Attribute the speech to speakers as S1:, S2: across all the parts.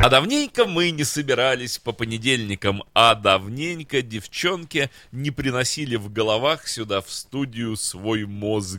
S1: А давненько мы не собирались по понедельникам, а давненько девчонки не приносили в головах сюда в студию свой мозг,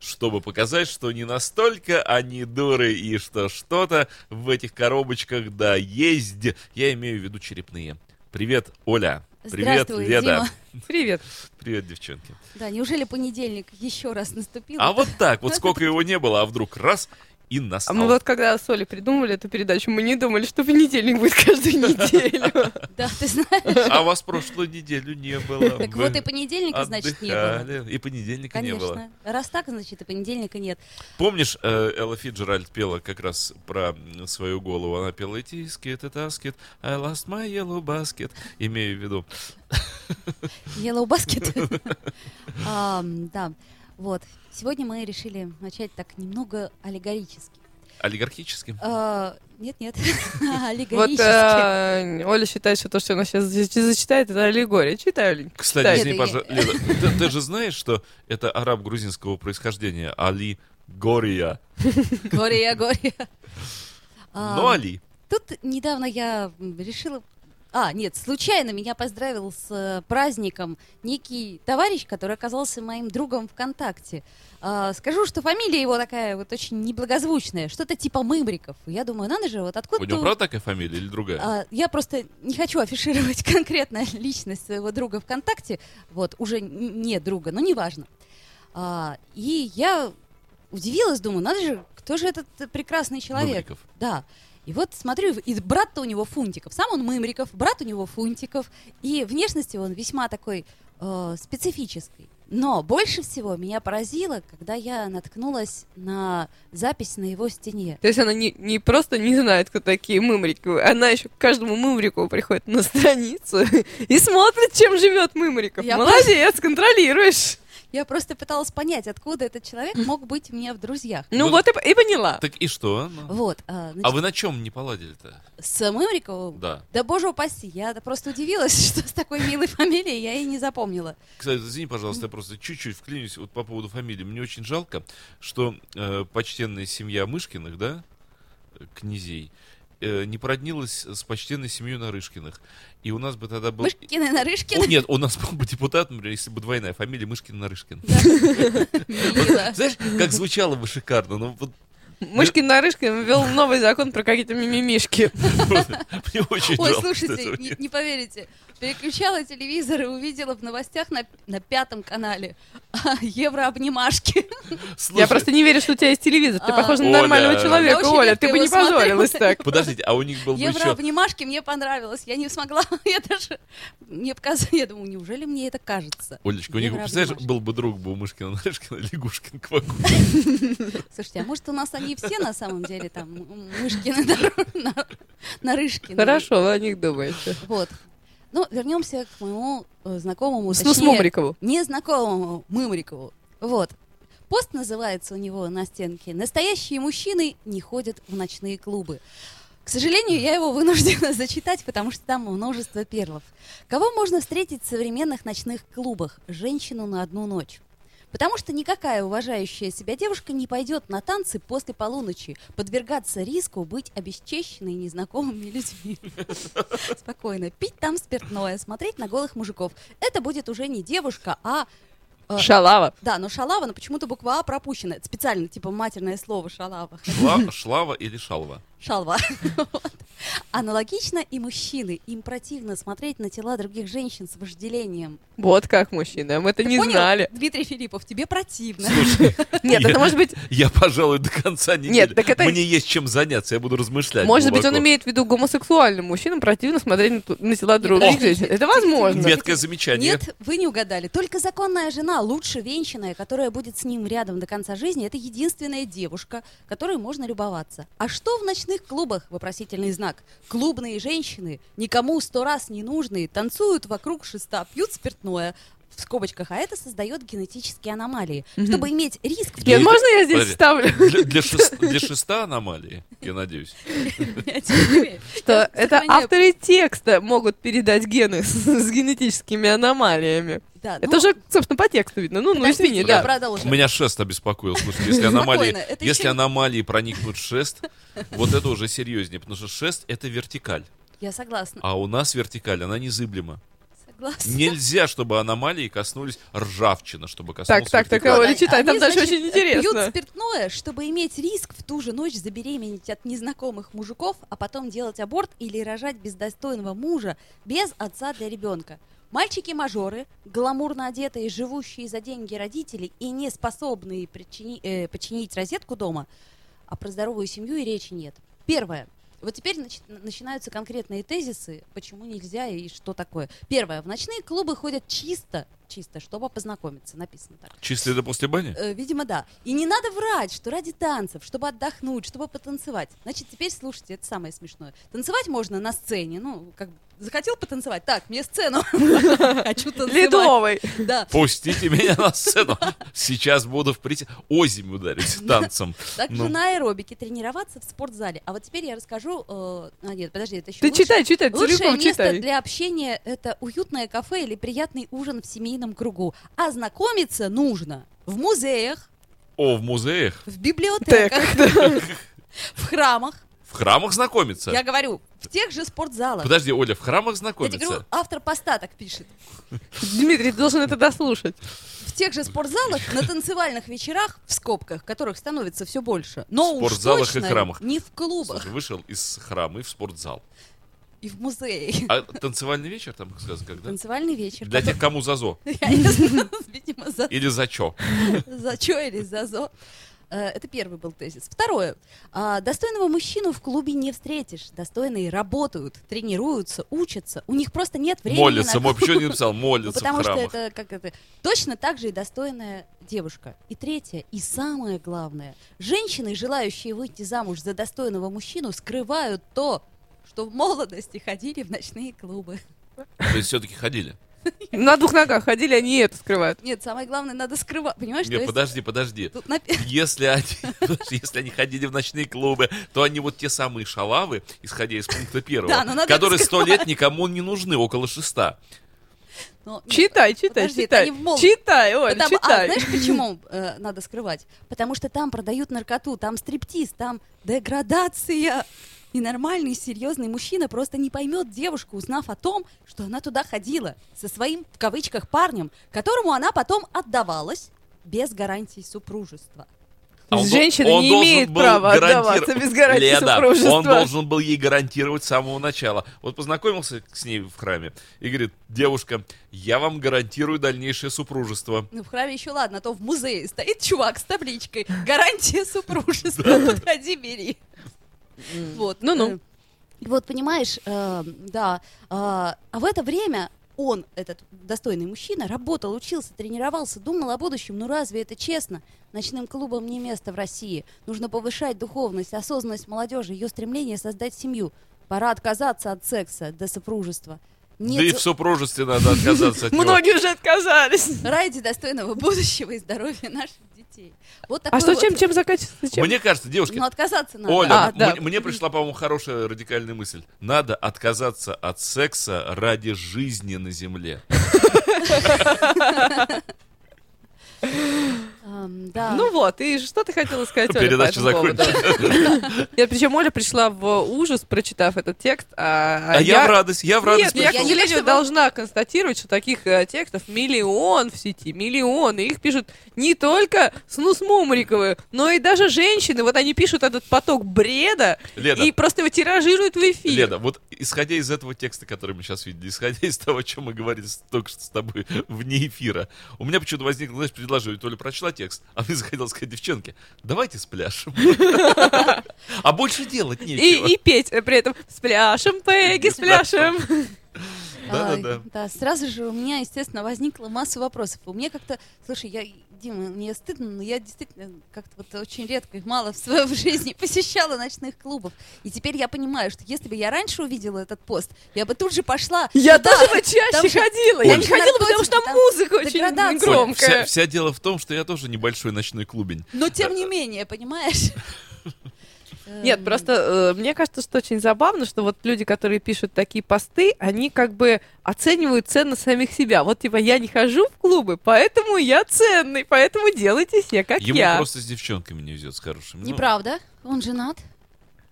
S1: чтобы показать, что не настолько они дуры и что что-то в этих коробочках да есть. Я имею в виду черепные. Привет, Оля. Привет,
S2: Здравствуй,
S1: Леда.
S3: Привет.
S1: Привет, девчонки.
S2: Да, неужели понедельник еще раз наступил?
S1: А вот так, вот сколько его не было, а вдруг раз и
S3: А
S1: настал.
S3: мы вот когда с Олей придумали эту передачу, мы не думали, что понедельник будет каждую неделю.
S2: Да, ты знаешь.
S1: А вас прошлую неделю не было.
S2: Так
S1: Вы
S2: вот и понедельника, значит, не было.
S1: отдыхали, И понедельника не было.
S2: Конечно. Раз так, значит, и понедельника нет.
S1: Помнишь, э, Элла Фиджеральд пела как раз про м, свою голову? Она пела «It is kid, it is kid, I lost my yellow basket». Имею в виду.
S2: Yellow Basket. Ам, Да, вот. Сегодня мы решили начать так немного аллегорически.
S1: Олигархическим?
S2: Э, Нет-нет,
S3: Вот
S2: аллегорически.
S3: э, Оля считает, что то, что она сейчас зачитает, это аллегория. Читай, Оленька.
S1: Кстати, извини,
S2: Нет,
S1: пожалуйста, Лена, ты, ты же знаешь, что это араб грузинского происхождения Али Гория.
S2: Горе, горе.
S1: Но
S2: Ам,
S1: Али.
S2: Тут недавно я м, решила... А, нет, случайно меня поздравил с э, праздником некий товарищ, который оказался моим другом ВКонтакте. А, скажу, что фамилия его такая вот очень неблагозвучная, что-то типа Мымриков. И Я думаю, надо же, вот откуда...
S1: У него
S2: у-
S1: правда такая фамилия или другая?
S2: ну а, Я просто не хочу афишировать конкретно личность своего друга ВКонтакте, вот, уже н- не друга, но неважно. А, И я удивилась, думаю, надо же, кто же этот э, прекрасный человек?
S1: Мымриков.
S2: Да. И вот смотрю, и брат-то у него Фунтиков. Сам он Мымриков, брат у него Фунтиков. И внешности он весьма такой э, специфический. Но больше всего меня поразило, когда я наткнулась на запись на его стене.
S3: То есть она не, не просто не знает, кто такие мымриковы, она еще к каждому мымрику приходит на страницу и смотрит, чем живет мымриков.
S2: Я
S3: Молодец, контролируешь.
S2: Я просто пыталась понять, откуда этот человек мог быть у меня в друзьях.
S3: Ну
S1: Ну,
S3: вот и, п- и поняла.
S1: Так и что? Ну.
S2: Вот. а, значит,
S1: А вы на чем не поладили-то?
S2: С Мымриковым?
S1: Да.
S2: Да боже упаси, я просто удивилась, что с такой милой фамилией я и не запомнила.
S1: Кстати, извини, пожалуйста, я просто чуть-чуть вклинюсь вот по поводу фамилии. Мне очень жалко, что э, почтенная семья Мышкиных, да, э, князей, э, не породнилась с почтенной семьей Нарышкиных. И у нас бы тогда был...
S2: Мышкины,
S1: О,
S2: Нарышкины.
S1: нет, у нас был бы депутат, например, если бы двойная фамилия Мышкин-Нарышкин.
S2: Мило.
S1: Знаешь, как звучало бы шикарно, но вот
S2: э,
S3: Мышкин Нарышкин ввел новый закон про какие-то мимимишки.
S1: мне очень
S2: Ой,
S1: жалко, что
S2: слушайте,
S1: этого
S2: не,
S1: нет.
S2: не поверите, переключала телевизор и увидела в новостях на, на пятом канале еврообнимашки.
S1: Слушай,
S3: Я просто не верю, что у тебя есть телевизор. Ты
S2: А.
S3: похожа на
S1: Оля.
S3: нормального
S2: Я
S3: человека,
S2: очень
S3: Оля.
S2: редко
S3: Ты бы
S2: его
S3: не позорилась
S2: смотрю.
S3: так.
S1: Подождите, а у них был бы еще...
S2: Еврообнимашки мне понравилось, я не смогла, я даже, мне показалось, я думаю, неужели мне это кажется?
S1: Олечка, у них, представляешь,
S2: Еврообнимашки.
S1: был бы друг бы у Мышкина-Нарышкина, Лягушкин, Квакушкин.
S2: Слушайте, а может у нас они все на самом деле там м- мышкины, нар- нар- нарышкины?
S3: Хорошо, вы о них думаете.
S2: Вот. Ну, вернемся к моему э, знакомому,
S3: С ну,
S2: точнее,
S3: Мумрикову.
S2: незнакомому Мымрикову. Вот. Пост называется у него на стенке «Настоящие мужчины не ходят в ночные клубы». К сожалению, я его вынуждена зачитать, потому что там множество перлов. Кого можно встретить в современных ночных клубах? Женщину на одну ночь. Потому что никакая уважающая себя девушка не пойдет на танцы после полуночи, подвергаться риску быть обесчещенной незнакомыми людьми. Спокойно. Пить там спиртное, смотреть на голых мужиков. Это будет уже не девушка, а... э,
S3: Шалава.
S2: да, но шалава, но почему-то буква А пропущена. Это специально, типа, матерное слово шалава.
S1: Шла- Шлава или Шалва?
S2: Шалва. Вот. Аналогично и мужчины. Им противно смотреть на тела других женщин с вожделением.
S3: Вот как мужчина. Мы это
S2: Ты
S3: не
S2: понял,
S3: знали.
S2: Дмитрий Филиппов, тебе противно.
S1: Слушай,
S3: Нет,
S1: Я-
S3: это может быть,
S1: Я, пожалуй, до конца недели.
S3: Нет, так это-
S1: Мне есть чем заняться, я буду размышлять.
S3: может быть, он
S1: глубоко.
S3: имеет в виду гомосексуальным мужчинам противно смотреть на, ту- на тела других
S2: подождите,
S3: женщин. Это
S2: подождите,
S3: возможно.
S2: подождите.
S1: Меткое замечание.
S2: Нет, вы не угадали. Только законная жена, лучше венчанная, которая будет с ним рядом до конца жизни, это единственная девушка, которой можно любоваться. А что в ночных клубах? Вопросительный знак. Клубные женщины, никому сто раз не нужные, танцуют вокруг шеста, пьют спиртное, в скобочках, а это создает генетические аномалии. Чтобы иметь риск в
S1: Для-
S3: Нет, можно я здесь
S1: Подожди.
S3: вставлю?
S1: Для, для шест- для шеста аномалии, я надеюсь.
S3: Что это
S2: сохраняю.
S3: авторы текста могут передать гены с, с генетическими аномалиями.
S2: Да, ну,
S3: это же, собственно, по тексту видно. Ну, ну
S2: подождите,
S3: извини,
S2: я
S3: да.
S2: продолжу.
S1: Меня шест обеспокоил. Слушай, если аномалии,
S2: Спокойно, это
S1: если
S2: еще-
S1: аномалии проникнут в шест, вот это уже серьезнее, потому что шест это вертикаль.
S2: Я согласна.
S1: А у нас вертикаль, она незыблема.
S2: Согласна.
S1: Нельзя, чтобы аномалии коснулись ржавчина, чтобы
S3: Так,
S1: коснулся
S3: так, так,
S1: вертикаль.
S2: Вот
S3: кого
S2: они-
S3: читай, там
S2: они,
S3: дальше
S2: А значит,
S3: очень интересно.
S2: Пьют спиртное, чтобы иметь риск в ту же ночь забеременеть от незнакомых мужиков, а потом делать аборт или рожать без достойного мужа, без отца для ребенка. Мальчики-мажоры, гламурно одетые, живущие за деньги родителей и не способные причини- э, починить розетку дома, а про здоровую семью и речи нет. Первое. Вот теперь нач- начинаются конкретные тезисы, почему нельзя и что такое. Первое. В ночные клубы ходят чисто, чисто, чтобы познакомиться. Написано так.
S1: Чисто это после бани?
S2: Э, Видимо, да. И не надо врать, что ради танцев, чтобы отдохнуть, чтобы потанцевать. Значит, теперь слушайте, это самое смешное. Танцевать можно на сцене, ну, как бы, захотел потанцевать, так, мне сцену, хочу танцевать.
S3: Ледовый.
S2: Да,
S1: Пустите меня на сцену. Сейчас буду в прийти. Озимь ударить танцем.
S2: также
S1: Ну.
S2: на аэробике тренироваться в спортзале. А вот теперь я расскажу, э, а нет, подожди, это еще
S3: Ты
S2: лучше.
S3: читай, читай,
S2: Лучшее
S3: целиком
S2: место
S3: читай.
S2: для общения – это уютное кафе или приятный ужин в семейном кругу. А знакомиться нужно в музеях,
S1: О, в музеях?
S2: в библиотеках, в храмах,
S1: В храмах знакомиться?
S2: Я говорю, в тех же спортзалах.
S1: Подожди, Оля, в храмах
S2: Я тебе говорю,
S1: знакомиться?
S2: автор поста так пишет.
S3: Дмитрий, ты должен это дослушать.
S2: В тех же спортзалах, на танцевальных вечерах, в скобках, которых становится все больше. Но
S1: В
S2: уж
S1: спортзалах и
S2: точно
S1: храмах.
S2: не в клубах
S1: Слушай, вышел из храма и в спортзал.
S2: и в музее.
S1: А танцевальный вечер там, как сказано, когда?
S2: Танцевальный вечер.
S1: Для тех, кому зазо.
S2: Я не знаю, видимо, за
S1: Или зачо.
S2: За чё или за зо? Э, Это первый был тезис. Второе. А, Достойного мужчину в клубе не встретишь. Достойные работают, тренируются, учатся. У них просто нет времени. на
S1: Молится. Мой почему не написал?
S2: Ну,
S1: Молится в
S2: потому что
S1: храмах.
S2: это как это точно так же и достойная девушка. И третье, и самое главное, женщины, желающие выйти замуж за достойного мужчину, скрывают то, что в молодости ходили в ночные клубы.
S1: То есть все-таки ходили.
S3: На двух ногах ходили, они и это скрывают.
S2: Нет, самое главное, надо скрывать. Понимаешь,
S1: Нет,
S2: что
S1: подожди, подожди.
S2: Тут напи-
S1: Если они, подожди, если они ходили в ночные клубы, то они вот те самые шалавы, исходя из пункта первого,
S2: Да, но надо
S1: которые
S2: это
S1: сто лет никому не нужны, около шеста.
S2: Но, нет,
S3: Читай, читай,
S2: подожди, это
S3: читай.
S2: не в мол-
S3: Читай, Оль,
S2: Потому- А
S3: читай.
S2: знаешь, почему э, надо скрывать? Потому что там продают наркоту, там стриптиз, там деградация. И нормальный, серьезный мужчина просто не поймет девушку, узнав о том, что она туда ходила со своим, в кавычках, парнем, которому она потом отдавалась без гарантий супружества.
S1: А он дол-
S3: Женщина
S1: он
S3: не
S1: должен
S3: имеет
S1: был
S3: права
S1: гарантировать-
S3: отдаваться без гарантии
S1: Леда,
S3: супружества.
S1: он должен был ей гарантировать с самого начала. Вот познакомился с ней в храме и говорит, девушка, я вам гарантирую дальнейшее супружество.
S2: Ну, в храме еще ладно, а то в музее стоит чувак с табличкой «Гарантия супружества, подходи, бери». Вот.
S3: Ну-ну.
S2: э, и Вот, понимаешь, э, да. э, А в это время он, этот достойный мужчина, работал, учился, тренировался, думал о будущем. Ну разве это честно? Ночным клубам не место в России. Нужно повышать духовность, осознанность молодежи, ее стремление создать семью. Пора отказаться от секса до супружества. Нет,
S1: да и
S2: за-
S1: в супружестве надо отказаться от него.
S3: Многие уже отказались.
S2: ради достойного будущего и здоровья наших детей. Вот такой
S3: А что,
S2: вот-
S3: чем, чем заканчивается? Чем?
S1: Мне кажется, девушки,
S2: Ну, отказаться надо.
S1: Оля,
S3: А, да.
S1: мне, мне пришла, по-моему, хорошая радикальная мысль. Надо отказаться от секса ради жизни на земле.
S2: Эм, да.
S3: Ну вот, и что ты хотела сказать, Оля, по
S1: Передача
S3: этому поводу?
S1: закончена.
S3: Я, причем Оля пришла в ужас, прочитав этот текст, а,
S1: А я в радость, я в радость
S3: Нет, ну, я, к
S1: пришел.
S2: пришла. не-
S3: сожалению,
S2: Конечно,
S3: должна констатировать, что таких э, текстов миллион в сети, миллион, и их пишут не только снус Мумриковы, но и даже женщины. Вот они пишут этот поток бреда
S1: Леда.
S3: и просто его тиражируют в эфир.
S1: Леда, вот исходя из этого текста, который мы сейчас видели, исходя из того, о чем мы говорили с- только что с тобой вне эфира, у меня почему-то возникло, знаешь, предложение, Оля прочла текст, а мне захотелось сказать, девчонки, давайте спляшем. А больше делать
S3: И,
S1: нечего.
S3: и петь э, при этом с пляшем, Пегги, с пляшем.
S2: А, А,
S1: Да-да-да.
S2: Да, сразу же у меня, естественно, возникла масса вопросов. У меня как-то, слушай, я, Дима, мне стыдно, но я действительно как-то вот очень редко и мало в своей жизни посещала ночных клубов. И теперь я понимаю, что если бы я раньше увидела этот пост, я бы тут же пошла.
S3: Я
S2: туда.
S3: тоже бы чаще
S2: там же-
S3: ходила. Я
S2: там
S3: не
S2: же
S3: ходила, потому что там
S2: наркотики,
S3: музыка
S2: там
S3: очень
S2: деградация.
S1: Вся,
S3: громкая.
S1: вся дело в том, что я тоже небольшой ночной клубень.
S2: Но тем не менее, понимаешь?
S3: Нет,
S2: Эм,
S3: просто э, мне кажется, что очень забавно, что вот люди, которые пишут такие посты, они как бы оценивают ценно самих себя. Вот типа я не хожу в клубы, поэтому я ценный, поэтому делайте все как
S1: Ему
S3: я.
S1: просто с девчонками не везет, с хорошими. Ну,
S2: Неправда, он женат.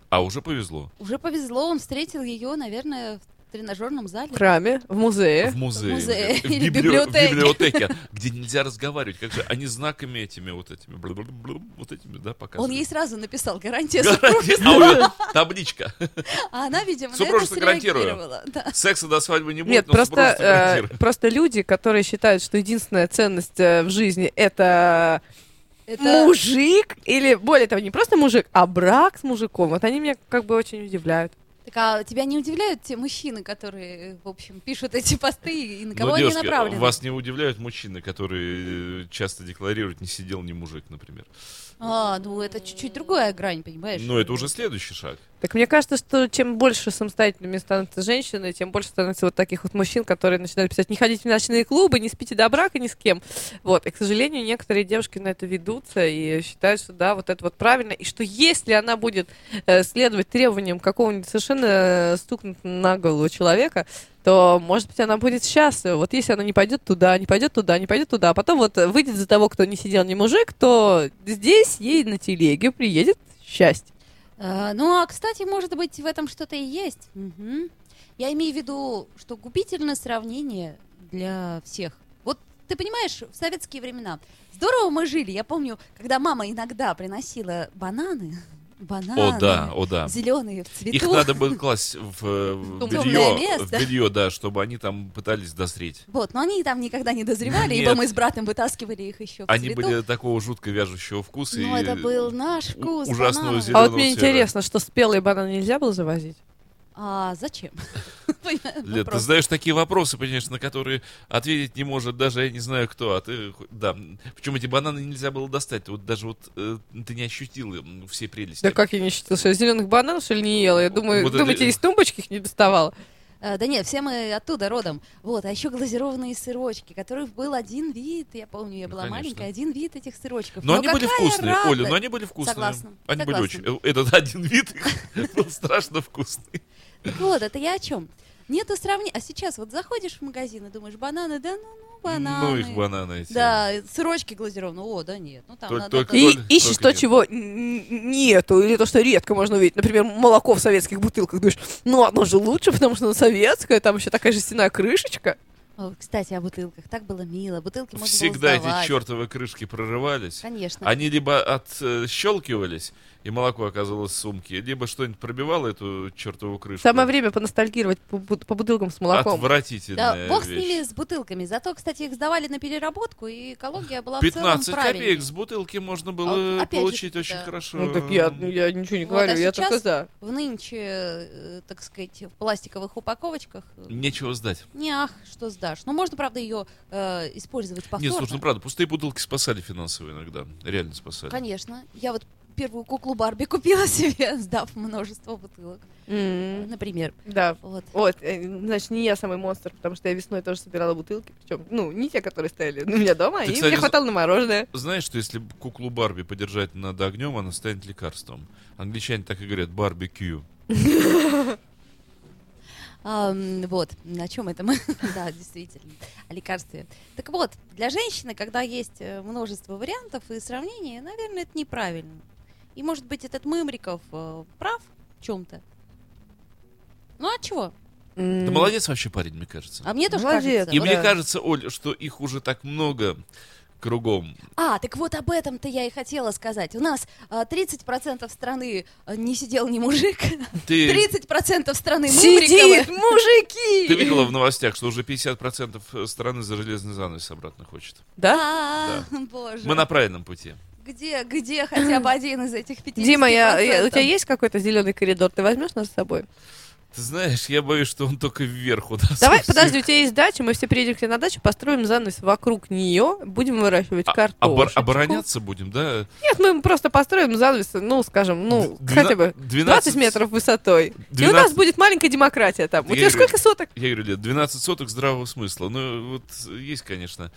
S1: А уже повезло.
S2: Уже повезло, он встретил ее, наверное, в тренажерном зале.
S3: В храме, в музее.
S1: В музее.
S2: В музее
S1: например,
S2: или
S1: в библи-
S2: библиотеке.
S1: В библиотеке, где нельзя разговаривать. Как же они знаками этими вот этими, блу-блу-блу, вот этими, да,
S2: Он
S1: показывают.
S2: ей сразу написал гарантия
S1: Гарантия- а у неё табличка.
S2: А она, видимо, на это
S1: Супружество гарантирую.
S2: среагировала. Да.
S1: Секса до свадьбы не будет,
S3: Нет,
S1: но супружество
S3: просто, э,
S1: гарантирую.
S3: просто люди, которые считают, что единственная ценность э, в жизни это
S2: Это-
S3: мужик, или более того, не просто мужик, а брак с мужиком. Вот они меня как бы очень удивляют.
S2: Так а тебя не удивляют те мужчины, которые, в общем, пишут эти посты и на кого
S1: Ну,
S2: они
S1: девушки,
S2: направлены?
S1: вас не удивляют мужчины, которые э, часто декларируют, не сидел ни мужик, например.
S2: А, ну это чуть-чуть другая грань, понимаешь?
S1: Но это уже следующий шаг.
S3: Так мне кажется, что чем больше самостоятельными становятся женщины, тем больше становится вот таких вот мужчин, которые начинают писать, не ходите в ночные клубы, не спите до брака ни с кем. Вот. И, к сожалению, некоторые девушки на это ведутся и считают, что да, вот это вот правильно. И что если она будет э, следовать требованиям какого-нибудь совершенно э, стукнут на голову человека, то, может быть, она будет счастлива. Вот если она не пойдет туда, не пойдет туда, не пойдет туда, а потом вот э, выйдет за того, кто не сидел, не мужик, то здесь ей на телеге приедет счастье.
S2: А, ну а, кстати, может быть, в этом что-то и есть. Мгм. Я имею в виду, что губительное сравнение для всех. Вот ты понимаешь, в советские времена здорово мы жили. Я помню, когда мама иногда приносила бананы, бананы,
S1: О да, о да.
S2: зеленые в цвету.
S1: Их надо было класть в, э, в
S3: Темное
S1: белье,
S2: место.
S1: в белье, да, чтобы они там пытались дозреть.
S2: Вот, но они там никогда не дозревали,
S1: Нет.
S2: ибо мы с братом вытаскивали их еще в
S1: Они
S2: цвету.
S1: были такого жутко вяжущего вкуса.
S2: Ну,
S1: и
S2: это был наш
S1: у-
S2: вкус.
S1: ужасного
S2: бананов.
S1: зелё-
S3: А вот
S1: Зеленого
S3: мне
S1: цвета.
S3: интересно, что спелые бананы нельзя было завозить?
S2: А зачем? Понятно,
S1: Лен, ты
S2: Ну, просто.
S1: задаешь такие вопросы, понимаешь, на которые ответить не может даже я не знаю кто, а ты, ху- да, причем эти бананы нельзя было достать, вот даже вот э, ты не ощутил м, все прелести.
S3: Да как я не считала, что я зеленых бананов, что ли, не ела? Я думаю,
S1: Вот это-
S3: думаете, из тумбочки их не доставала?
S2: А, да нет, все мы оттуда родом. Вот, а еще глазированные сырочки, которых был один вид, я помню, я
S1: Ну,
S2: была
S1: конечно.
S2: маленькая, один вид этих сырочков.
S1: Но, они были
S2: Ну, какая
S1: вкусные,
S2: радость!
S1: Оля, но они были вкусные.
S2: Согласна,
S1: Они были
S2: согласна.
S1: очень. э, Этот один вид их был страшно вкусный.
S2: Так вот, это я о чем? Нету сравнения. А сейчас вот заходишь в магазин и думаешь, бананы, да ну, ну бананы.
S1: Ну их бананы эти.
S2: Да, и сырочки глазированные, о, да нет, ну там
S1: Толь-
S2: надо...
S1: только-
S3: И
S1: Только-
S3: ищешь
S1: только
S3: то,
S1: нет.
S3: чего н- н- нету, или то, что редко можно увидеть. Например, молоко в советских бутылках. Думаешь, ну оно же лучше, потому что оно советское, там еще такая жестяная крышечка.
S2: О, Кстати, о бутылках, так было мило, бутылки можно
S1: Всегда
S2: было сдавать.
S1: эти чертовы крышки прорывались.
S2: Конечно.
S1: Они либо отщелкивались, и молоко оказывалось в сумке, либо что-нибудь пробивало эту чертову крышку.
S3: Самое время поностальгировать по, бут- по бутылкам с молоком.
S2: Да,
S1: Отвратительная
S2: бог с
S1: вещь.
S2: ними, с бутылками. Зато, кстати, их сдавали на переработку, и экология была А в
S1: 15
S2: целом правильнее.
S1: копеек с бутылки можно
S2: А
S1: было
S2: вот опять же,
S1: получить очень
S2: да.
S1: хорошо.
S3: Ну так я, ну, я ничего не
S2: Вот, а
S3: говорю, я только
S2: сейчас-
S3: за.
S2: В нынче, э, так сказать, в пластиковых упаковочках э,
S1: Нечего сдать.
S2: не ах, что сдашь. Но можно, правда, ее э, использовать повторно.
S1: Нет, слушай, ну правда, пустые бутылки спасали финансово иногда. Реально спасали.
S2: Конечно. Я вот первую куклу Барби купила себе, сдав множество бутылок,
S3: М,
S2: например.
S3: М-м, Да,
S2: Вот.
S3: Вот, э, значит, не я самый монстр, потому что я весной тоже собирала бутылки, причем, ну, не те, которые стояли у меня дома,
S1: Ты,
S3: и
S1: кстати,
S3: мне
S1: за-
S3: хватало на мороженое.
S1: Знаешь, что если куклу Барби подержать над огнем, она станет лекарством. Англичане так и говорят, барбекю.
S2: А, м, вот, о чем это мы? да, действительно, о лекарстве. Так вот, для женщины, когда есть э, множество вариантов и сравнений, наверное, это неправильно. И, может быть, этот Мымриков э, прав в чем-то. Ну, а чего?
S1: Да молодец вообще парень, мне кажется.
S2: А мне тоже
S3: Молодец.
S2: кажется.
S1: И
S3: да.
S1: мне кажется, Оль, что их уже так много кругом.
S2: А, так вот об этом-то я и хотела сказать. У нас а, 30% страны э, не сидел ни мужик,
S1: Ты,
S2: 30% страны
S3: Сидит,
S2: Мымриковы.
S3: мужики!
S1: ты видела в новостях, что уже 50% страны за железный занавес обратно хочет.
S3: Да?
S2: А, боже.
S1: Мы на правильном пути.
S2: Где, где хотя бы один из этих 50%?
S3: Дима, я, я- у тебя есть какой-то зеленый коридор? Ты возьмешь нас с собой?
S1: Ты знаешь, я боюсь, что он только вверх удастся.
S3: Давай,
S1: всех.
S3: подожди, у тебя есть дача, мы все приедем к тебе на дачу, построим занавес вокруг нее, будем выращивать
S1: А-
S3: картошку.
S1: обор- обороняться будем, да?
S3: Нет, мы просто построим занавес, ну, скажем, ну,
S1: Двена-
S3: хотя бы
S1: 12
S3: 20 метров высотой. И у
S1: 12
S3: нас будет маленькая демократия там. У
S1: Я
S3: тебя
S1: говорю-
S3: сколько соток?
S1: Я говорю, лет 12 соток здравого смысла. Ну, вот есть, конечно,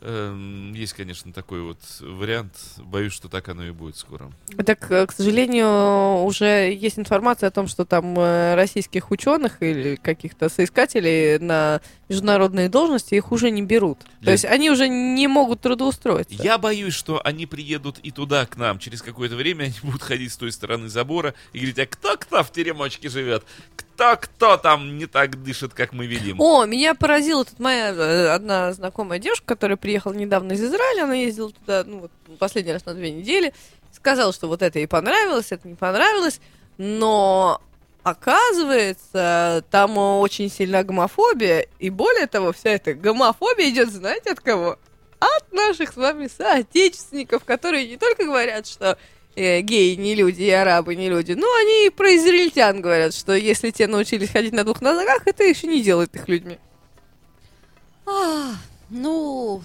S1: эм, есть, конечно, такой вот вариант. Боюсь, что так оно и будет скоро.
S3: Так, э, к сожалению, уже есть информация о том, что там э, российских ученых или каких-то соискателей на международные должности их уже не берут.
S1: Для-
S3: То есть они уже не могут трудоустроиться.
S1: Я боюсь, что они приедут и туда, к нам. Через какое-то время они будут ходить с той стороны забора и говорить, а кто-кто в теремочке живет? Кто-кто там не так дышит, как мы видим?
S3: О, меня поразила тут моя э, одна знакомая девушка, которая приехала недавно из Израиля, она ездила туда, ну, вот, последний раз на две недели, сказала, что вот это ей понравилось, это не понравилось, но оказывается, там э, очень сильна гомофобия, и более того, вся эта гомофобия идет, знаете, от кого? От наших с вами соотечественников, которые не только говорят, что э, геи не люди и арабы не люди. Ну, они и про израильтян говорят, что если те научились ходить на двух ногах, это еще не делает их людьми.
S2: А, ну,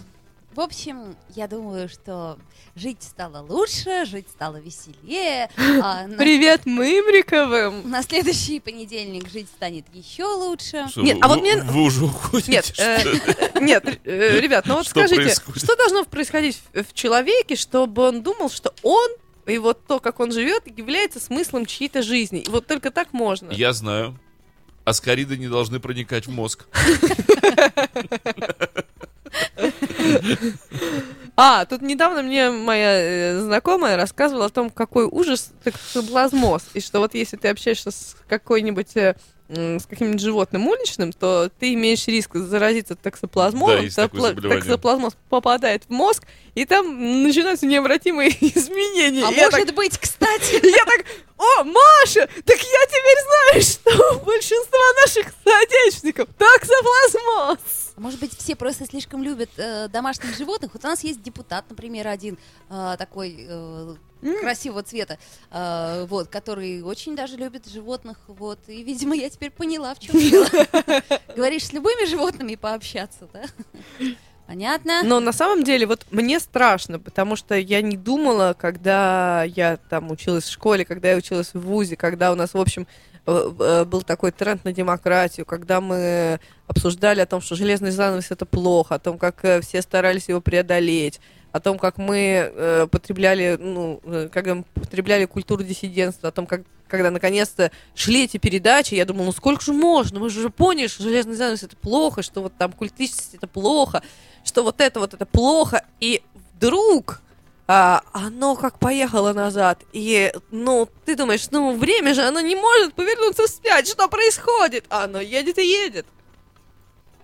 S2: в общем, я думаю, что жить стало лучше, жить стало веселее. а на,
S3: Привет, Мымриковым!
S2: на следующий понедельник жить станет еще лучше.
S1: Что,
S3: нет,
S1: вы,
S3: а вот
S1: вы-
S3: мне-
S1: Вы уже уходите?
S3: Нет,
S1: что
S3: э,
S1: ли?
S3: Нет, э, ребят, ну вот
S1: Что
S3: скажите,
S1: происходит?
S3: что должно происходить в в человеке, чтобы он думал, что он и вот то, как он живет, является смыслом чьей-то жизни. И вот только так можно.
S1: Я знаю. Аскариды не должны проникать в мозг.
S3: А, тут недавно мне моя э, знакомая рассказывала о том, какой ужас токсоплазмоз. И что вот если ты общаешься с какой-нибудь э, м, с каким-нибудь животным уличным, то ты имеешь риск заразиться токсоплазмозом.
S1: Да, есть такое заболевание.
S3: токсоплазмоз попадает в мозг, и там начинаются необратимые изменения.
S2: А
S3: И я так-
S2: может быть, кстати,
S3: и Я так, о, Маша, так я теперь знаю, что у большинства наших соотечественников токсоплазмоз.
S2: А Может быть, все просто слишком любят э, домашних животных. Вот у нас есть депутат, например, один э, такой э, красивого цвета, э, вот, который очень даже любит животных, вот. И, видимо, я теперь поняла, в чем дело. Говоришь с любыми животными пообщаться, да? Понятно.
S3: Но на самом деле, вот мне страшно, потому что я не думала, когда я там училась в школе, когда я училась в ВУЗе, когда у нас, в общем, э, э, был такой тренд на демократию, когда мы обсуждали о том, что железный занавес это плохо, о том, как э, все старались его преодолеть, о том, как мы э, потребляли, ну, э, когда мы потребляли культуру диссидентства, о том, как когда наконец-то шли эти передачи, я думала, ну сколько же можно, мы же уже поняли, что железный занавес это плохо, что вот там культичность это плохо, что вот это вот это плохо, и вдруг а, оно как поехало назад, и, ну, ты думаешь, ну, время же, оно не может повернуться вспять, что происходит? А Оно едет и едет.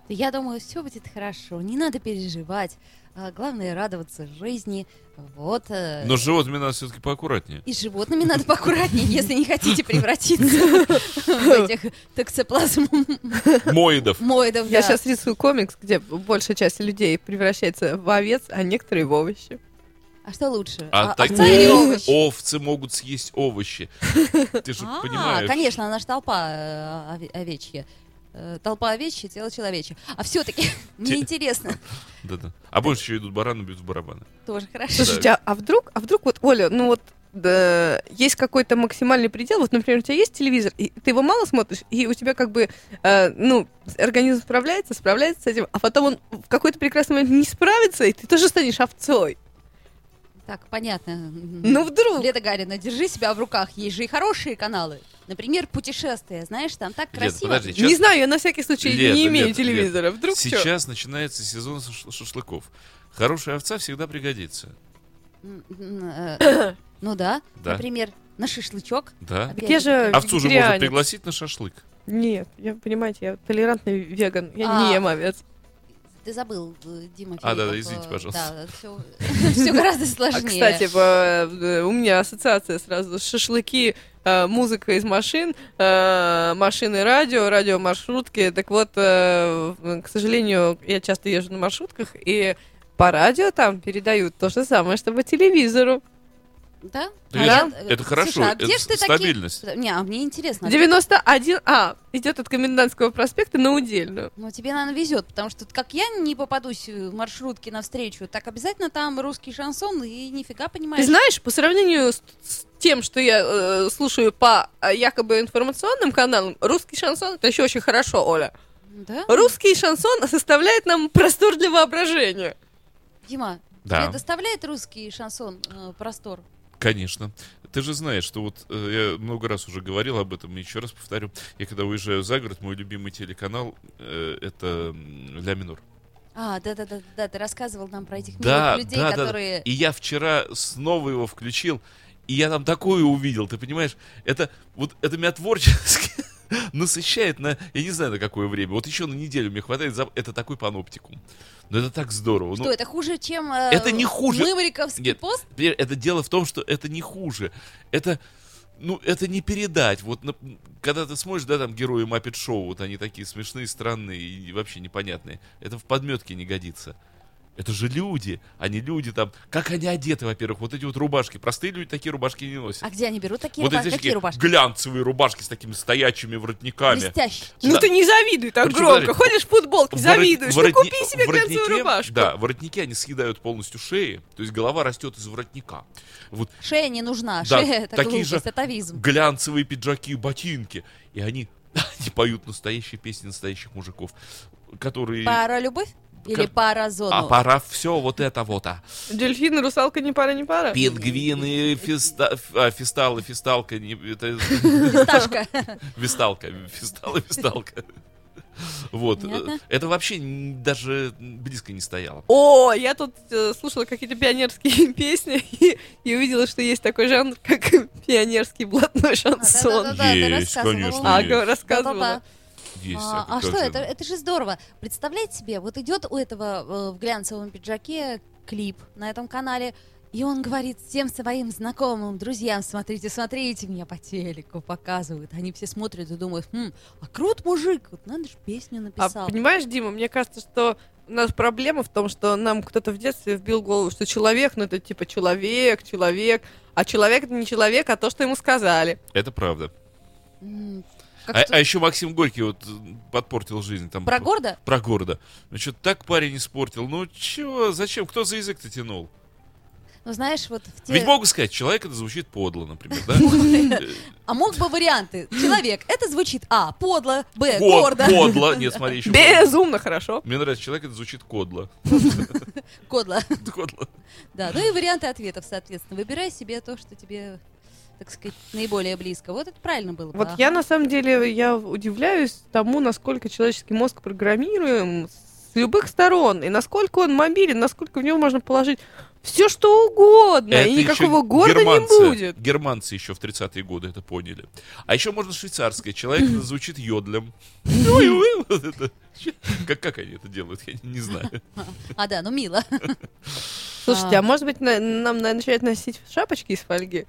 S2: Я думаю, все будет хорошо. Не надо переживать. А, Главное радоваться жизни. Вот. э,
S1: Но с животными надо все-таки поаккуратнее.
S2: И с животными надо поаккуратнее, если не хотите превратиться в этих
S1: Моидов.
S2: токсоплазмоидов. да.
S3: Я сейчас рисую комикс, где большая часть людей превращается в овец, а некоторые в овощи.
S2: А что лучше?
S1: А
S2: овца
S1: такие
S2: или овощ?
S1: овцы могут съесть овощи. Ты же
S2: А,
S1: понимаешь.
S2: конечно, она же толпа э, ове- овечья. Э, Толпа овечья, тело человечье. А все-таки мне
S1: Те-
S2: интересно.
S1: Да-да. А больше еще идут бараны, бьют в барабаны.
S2: Тоже хорошо.
S3: Слушайте, а, а вдруг, а вдруг вот, Оля, ну вот да, есть какой-то максимальный предел, вот, например, у тебя есть телевизор, и ты его мало смотришь, и у тебя как бы, э, ну, организм справляется, справляется с этим, а потом он в какой-то прекрасный момент не справится, и ты тоже станешь овцой.
S2: Так, понятно.
S3: Ну вдруг.
S2: Лето Гарина, держи себя в руках. Есть же и хорошие каналы. Например, путешествия. Знаешь, там так
S1: Лет,
S2: красиво.
S1: подожди,
S3: Не
S1: сейчас-
S3: знаю, я на всякий случай
S1: Лето,
S3: не имею
S1: лето,
S3: телевизора. Вдруг чё?
S1: Сейчас начинается сезон шаш- шашлыков. Хорошая овца всегда пригодится.
S2: М, м, э, Ну да.
S1: Да. А.
S2: Например, на шашлычок.
S1: Да.
S2: Опять
S3: Я же
S1: Овцу же
S3: вегетарианец.
S1: можно пригласить на шашлык.
S3: Нет, я, понимаете, я толерантный веган, я
S2: А.
S3: не ем овец.
S2: Ты забыл, э, Дима.
S1: А, да, да,
S2: Филиппов,
S1: извините,
S2: э,
S1: пожалуйста.
S2: Да, все гораздо
S3: А,
S2: сложнее.
S3: кстати, по- э, у меня ассоциация сразу шашлыки, э, музыка из машин, э, машины радио, радиомаршрутки. Так вот, э, в- к сожалению, я часто езжу на маршрутках, и по радио там передают то же самое, что по телевизору.
S2: Да?
S1: Да,
S2: А
S3: это-
S2: я- э,
S1: это хорошо,
S2: слушай, а
S1: это
S2: где ж ты
S1: стабильность.
S2: Такие... Не, а мне интересно.
S3: 91, а, идет от Комендантского проспекта на Удельную.
S2: Ну, тебе, наверное, везет, потому что как я не попадусь в маршрутке навстречу, так обязательно там русский шансон и нифига
S3: Ты
S2: понимаешь.
S3: знаешь, по сравнению с, с тем, что я э, слушаю по э, якобы информационным каналам, русский шансон это еще очень хорошо, Оля.
S2: Да?
S3: Русский шансон составляет нам простор для воображения.
S2: Дима,
S1: Да.
S2: тебе доставляет русский шансон э, простор?
S1: Конечно. Ты же знаешь, что вот э, я много раз уже говорил об этом, и еще раз повторю. Я когда уезжаю за город, мой любимый телеканал э, это м, Ля Минор.
S2: А, да-да-да, да, ты рассказывал нам про этих
S1: Да,
S2: милых людей,
S1: да, да, да.
S2: которые...
S1: И я вчера снова его включил, и я там такое увидел, ты понимаешь? Это вот это меня творчески насыщает на, я не знаю, на какое время. Вот еще на неделю мне хватает, за... это такой паноптикум. Но это так здорово. Ну,
S2: Что, это хуже, чем... э,
S1: Это не хуже.
S2: Мымриковский
S1: Нет.
S2: пост?
S1: Теперь Это дело в том, что это не хуже. Это, ну, это не передать. Вот нап- когда ты смотришь, да, там герои Маппет Шоу, вот они такие смешные, странные и вообще непонятные. Это в подметке не годится. Это же люди, они люди там. Как они одеты, во-первых, вот эти вот рубашки. Простые люди такие рубашки не носят.
S2: А где они берут такие
S1: вот
S2: рубашки?
S1: эти
S2: Какие
S1: такие
S2: рубашки?
S1: глянцевые рубашки с такими стоячими воротниками.
S2: Блестящие.
S3: Ну
S1: Да.
S3: ты не завидуй так
S1: Причем,
S3: громко.
S1: смотри,
S3: Ходишь в футболке,
S1: Ворот-
S3: завидуешь. Ну
S1: воротни-
S3: купи себе
S1: воротнике-
S3: глянцевую рубашку.
S1: Да, воротники, они съедают полностью шеи, то есть голова растет из воротника. Вот
S2: Шея не нужна,
S1: Да,
S2: шея это
S1: такие
S2: глупость,
S1: же-
S2: атовизм.
S1: глянцевые пиджаки, ботинки. И они, они поют настоящие песни настоящих мужиков, которые...
S2: Пара любовь или
S1: Как-
S2: пара зону?
S1: А пора все вот это вот, а.
S3: Дельфин, русалка, не пара, не пара.
S1: Пингвины, фиста, ф- а, фисталы, фисталка, не, это,
S2: Фисташка.
S1: висталка, фисталы, фисталка. Вот. э,
S2: Понятно.
S1: Это вообще н- даже близко не стояло.
S3: О, я тут э, слушала какие-то пионерские песни и, и увидела, что есть такой жанр, как пионерский блатной шансон.
S2: Да-да-да-да, ты
S1: Есть,
S2: рассказывала.
S1: конечно,
S3: А,
S1: есть.
S3: га-
S2: Да-да-да.
S3: рассказывала.
S1: Есть,
S2: А, а
S1: как
S2: что
S1: же-
S2: это? Это же здорово. Представляете себе, вот идет у этого э, в глянцевом пиджаке клип на этом канале, и он говорит всем своим знакомым, друзьям, смотрите, смотрите, меня по телеку показывают. Они все смотрят и думают, хм, а крут мужик, вот надо же песню
S3: А
S2: написал.
S3: понимаешь, Дима, мне кажется, что у нас проблема в том, что нам кто-то в детстве вбил в голову, что человек, ну это типа человек, человек, а человек это не человек, а то, что ему сказали.
S1: Это правда.
S2: М, как
S1: А,
S2: что-
S1: а еще Максим Горький вот э, подпортил жизнь. Там,
S2: Про гордо?
S1: про города. Ну что, так парень испортил. Ну чего, зачем? Кто за язык-то тянул?
S2: Ну, знаешь, вот в те-
S1: Ведь могу сказать, человек это звучит подло, например, да?
S2: А мог бы варианты. Человек, это звучит А, подло, Б,
S1: Код-
S2: гордо.
S1: Кодло. Нет, смотри, еще.
S3: Безумно хорошо.
S1: Мне нравится, человек это звучит кодло.
S2: Кодло.
S1: Кодло.
S2: Да, ну и варианты ответов, соответственно. Выбирай себе то, что тебе, так сказать, наиболее близко. Вот это правильно было бы.
S3: Вот
S2: ага.
S3: я на самом деле я удивляюсь тому, насколько человеческий мозг программируем с любых сторон, и насколько он мобилен, насколько в него можно положить все что угодно,
S1: Это
S3: и
S1: еще
S3: никакого города
S1: германцы-
S3: не будет.
S1: Германцы еще в 30-е годы это поняли. А еще можно швейцарское. Человек это звучит йодлем. Ой, ой, вот это. Как, как они это делают, я не знаю.
S2: А, да, ну мило.
S3: Слушайте, а может быть на- нам надо начать носить шапочки из фольги?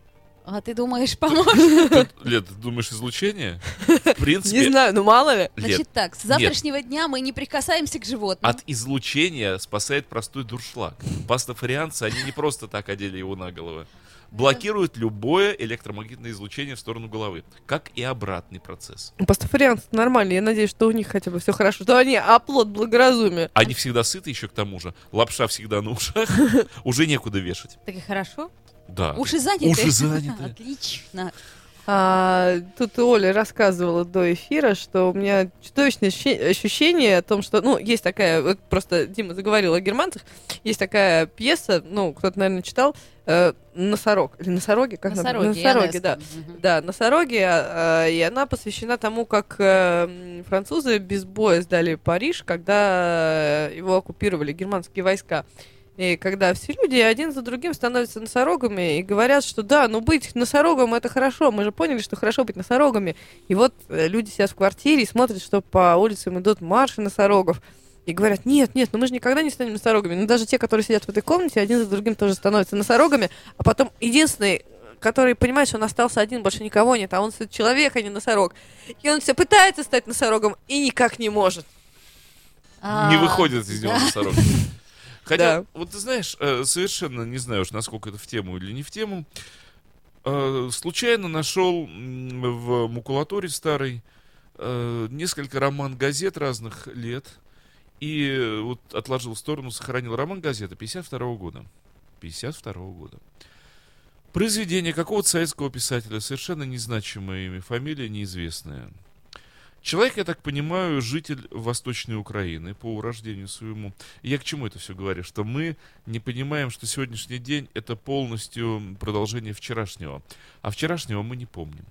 S2: А ты думаешь, поможет?
S1: Тут, Лет, ты думаешь, излучение? В принципе,
S3: Не знаю, ну мало ли.
S1: Лет,
S2: Значит так, с завтрашнего дня мы не прикасаемся к животным.
S1: От излучения спасает простой дуршлаг. Пастафарианцы, они не просто так одели его на голову. Блокируют любое электромагнитное излучение в сторону головы, как и обратный процесс.
S3: Пастафарианцы нормально, я надеюсь, что у них хотя бы все хорошо, что они оплот благоразумия.
S1: Они всегда сыты еще к тому же. Лапша всегда на ушах. Уже некуда вешать.
S2: Так и хорошо.
S1: Да.
S2: Уши заняты.
S1: А Уши заняты.
S2: Отлично.
S3: А, тут Оля рассказывала до эфира, что у меня чудовищное ощи- ощущение о том, что, ну, есть такая, вот просто Дима заговорил о германцах, есть такая пьеса, ну, кто-то, наверное, читал, э, «Носорог», или «Носороги», как она?
S2: Носороги.
S3: «Носороги»,
S2: Янеска.
S3: да.
S2: Мгм.
S3: Да, «Носороги», а, а, и она посвящена тому, как э, м, французы без боя сдали Париж, когда э, его оккупировали германские войска. И когда все люди один за другим становятся носорогами и говорят, что да, ну быть носорогом это хорошо, мы же поняли, что хорошо быть носорогами. И вот э, люди сидят в квартире и смотрят, что по улицам идут марши носорогов. И говорят, нет, нет, ну мы же никогда не станем носорогами. Но даже те, которые сидят в этой комнате, один за другим тоже становятся носорогами. А потом единственный, который понимает, что он остался один, больше никого нет, а он человек, а не носорог. И он все пытается стать носорогом и никак не может.
S2: А,
S1: Не выходит из него
S2: да.
S1: носорог. Хотя,
S3: Да.
S1: вот ты знаешь, э, совершенно не знаю уж, насколько это в тему или не в тему. э, случайно нашел м, в макулатуре старой э, несколько роман-газет разных лет. И э, вот отложил в сторону, сохранил роман газеты 52 года. 52 года. Произведение какого-то советского писателя, совершенно незначимое имя, фамилия неизвестная. Человек, я так понимаю, житель Восточной Украины по урождению своему. Я к чему это все говорю? Что мы не понимаем, что сегодняшний день это полностью продолжение вчерашнего. А вчерашнего мы не помним.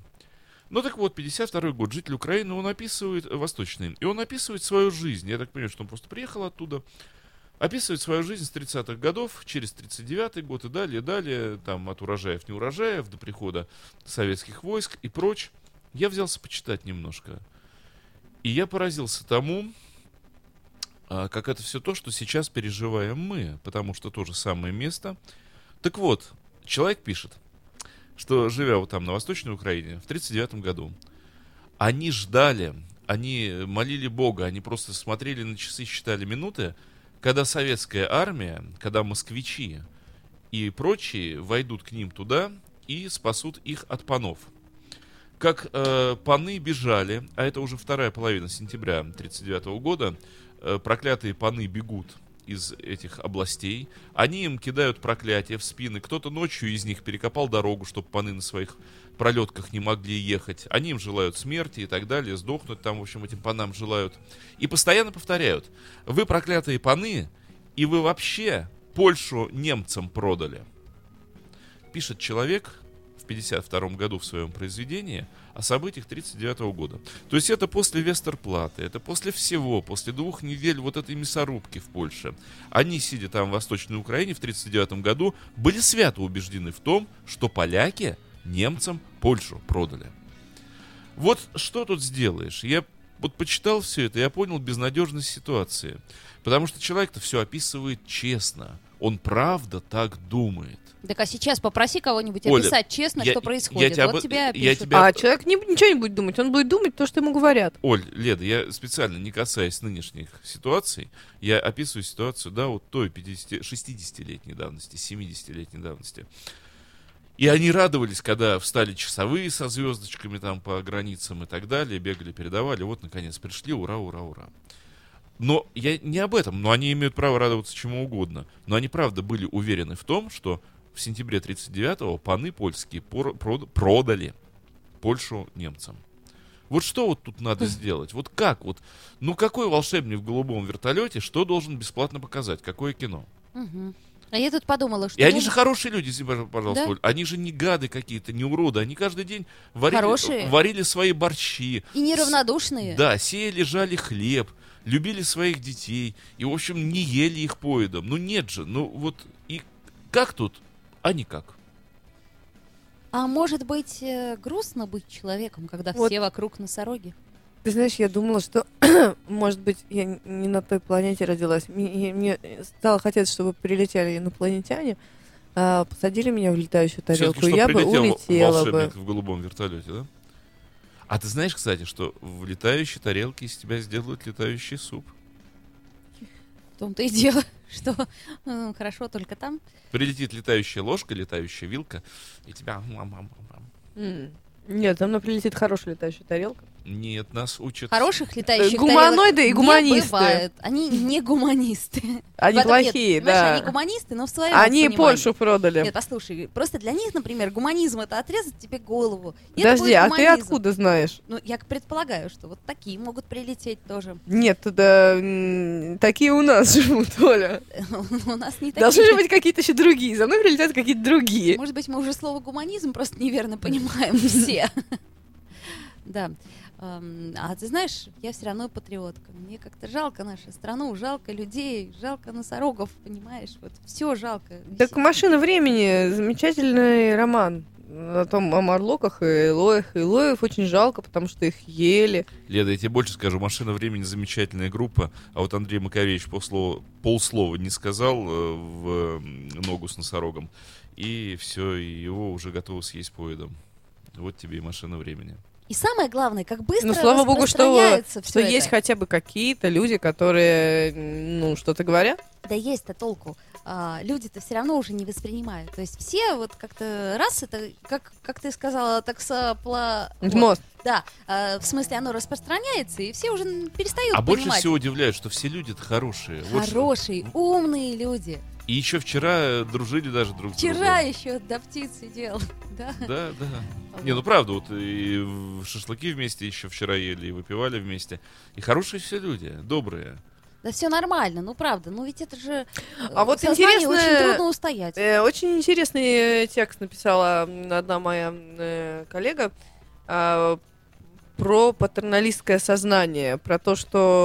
S1: Ну так вот, 52 год, житель Украины, он описывает, э, восточный, и он описывает свою жизнь. Я так понимаю, что он просто приехал оттуда, описывает свою жизнь с 30-х годов, через 39-й год и далее, далее, там, от урожаев, не урожаев, до прихода советских войск и прочь. Я взялся почитать немножко. И я поразился тому, а, как это все то, что сейчас переживаем мы, потому что то же самое место. Так вот, человек пишет, что живя вот там на Восточной Украине в 1939 году, они ждали, они молили Бога, они просто смотрели на часы, считали минуты, когда советская армия, когда москвичи и прочие войдут к ним туда и спасут их от панов. Как э, паны бежали, а это уже вторая половина сентября 1939 года, э, проклятые паны бегут из этих областей. Они им кидают проклятие в спины. Кто-то ночью из них перекопал дорогу, чтобы паны на своих пролетках не могли ехать. Они им желают смерти и так далее, сдохнуть там, в общем, этим панам желают. И постоянно повторяют, вы проклятые паны, и вы вообще Польшу немцам продали. Пишет человек в 52 году в своем произведении о событиях 39 года. То есть это после Вестерплаты, это после всего, после двух недель вот этой мясорубки в Польше. Они, сидя там в Восточной Украине в 39 году, были свято убеждены в том, что поляки немцам Польшу продали. Вот что тут сделаешь? Я вот почитал все это, я понял безнадежность ситуации. Потому что человек-то все описывает честно. Он правда так думает.
S2: Так а сейчас попроси кого-нибудь
S1: Оля,
S2: описать честно,
S1: я-
S2: что
S1: я
S2: происходит.
S1: тебя
S2: вот
S1: об-
S2: тебя
S1: я
S2: опишут.
S1: тебя-
S3: А человек не- ничего не будет думать, он будет думать то, что ему говорят.
S1: Оль, Леда, я специально не касаясь нынешних ситуаций, я описываю ситуацию, да, вот той 50, 60-летней давности, 70-летней давности. И они радовались, когда встали часовые со звездочками там по границам и так далее, бегали, передавали, вот, наконец, пришли, ура, ура, ура. Но я не об этом, но они имеют право радоваться чему угодно. Но они, правда, были уверены в том, что в сентябре 39-го паны польские пор- прод- продали Польшу немцам. Вот что вот тут надо сделать? Вот как? Вот, ну какой волшебник в голубом вертолете что должен бесплатно показать? Какое кино?
S2: Мгм. А я тут подумала, что...
S1: И они
S2: ну,
S1: же хорошие люди, извини, пож- пожалуйста,
S2: Да.
S1: Оль. Они же не гады какие-то, не уроды. Они каждый день варили,
S2: Хорошие.
S1: варили свои борщи.
S2: И неравнодушные.
S1: Да, сеяли, жали хлеб, любили своих детей. И, в общем, не ели их поедом. Ну нет же, ну вот и как тут? А никак.
S2: А может быть, э, грустно быть человеком, когда
S3: Вот.
S2: все вокруг носороги?
S3: Ты знаешь, я думала, что, может быть, я н- не на той планете родилась. Мне, мне стало хотеться, чтобы прилетели инопланетяне, а, посадили меня в летающую тарелку,
S1: Всё-таки
S3: и
S1: что,
S3: я бы
S1: прилетел
S3: улетела бы.
S1: волшебник в голубом вертолете, да? А ты знаешь, кстати, что в летающей тарелке из тебя сделают летающий суп?
S2: В том-то и дело, что э, хорошо только там.
S1: Прилетит летающая ложка, летающая вилка, и тебя... мам-мам-мам-мам.
S3: М. Нет, там мной прилетит хорошая летающая тарелка.
S1: Нет, нас учат...
S2: Хороших летающих тарелок
S3: гуманоиды и
S2: не
S3: гуманисты.
S2: бывает. Они не гуманисты.
S3: Они
S2: В этом нет,
S3: плохие,
S2: понимаешь,
S3: да.
S2: Они гуманисты, но в своем
S3: Они
S2: понимании.
S3: Польшу продали.
S2: Нет, послушай, просто для них, например, гуманизм это отрезать тебе голову. И это
S3: Подожди,
S2: будет
S3: а ты
S2: гуманизм.
S3: откуда знаешь?
S2: Ну, я предполагаю, что вот такие могут прилететь тоже.
S3: Нет, да, м, такие у нас живут, Оля.
S2: У нас не
S3: Должны же
S2: такие.
S3: быть какие-то еще другие. За мной прилетят какие-то другие.
S2: Может быть, мы уже слово гуманизм просто неверно понимаем все. Да. Эм, А ты знаешь, я все равно патриотка. Мне как-то жалко нашу страну, жалко людей, жалко носорогов, понимаешь? Вот все жалко.
S3: Так «Машина времени» — замечательный роман о том, о марлоках и лоях. И лоев очень жалко, потому что их ели.
S1: Леда, я тебе больше скажу, «Машина времени» замечательная группа, а вот Андрей Маковеевич полслова, полслова не сказал э, в м, ногу с носорогом, и все, и его уже готовы съесть поедом. Вот тебе и «Машина времени».
S2: И самое главное, как быстро
S3: Ну, слава богу, что,
S2: распространяется всё
S3: что
S2: это.
S3: есть хотя бы какие-то люди, которые, ну, что-то говорят.
S2: Да есть-то толку. а, люди-то все равно уже не воспринимают. То есть все вот как-то раз это, как, как ты сказала, таксопла... вот,
S3: Мост.
S2: да, а, в смысле оно распространяется, и все уже н- перестают
S1: А больше
S2: понимать.
S1: всего удивляет, что все люди-то хорошие. Вот что.
S2: Хорошие, умные люди.
S1: И еще вчера э, дружили даже друг с
S2: Вчера еще до птицы делал, да?
S1: другом. Да, да. Не, ну правда, вот и в шашлыки вместе еще вчера ели, и выпивали вместе. И хорошие все люди, добрые.
S2: Да все нормально, ну правда, ну ведь это же...
S3: А вот
S2: интересно... очень
S3: интересное-
S2: трудно устоять.
S3: Э, очень интересный э, текст написала м, одна моя м, э, коллега а, про патерналистское сознание, про то,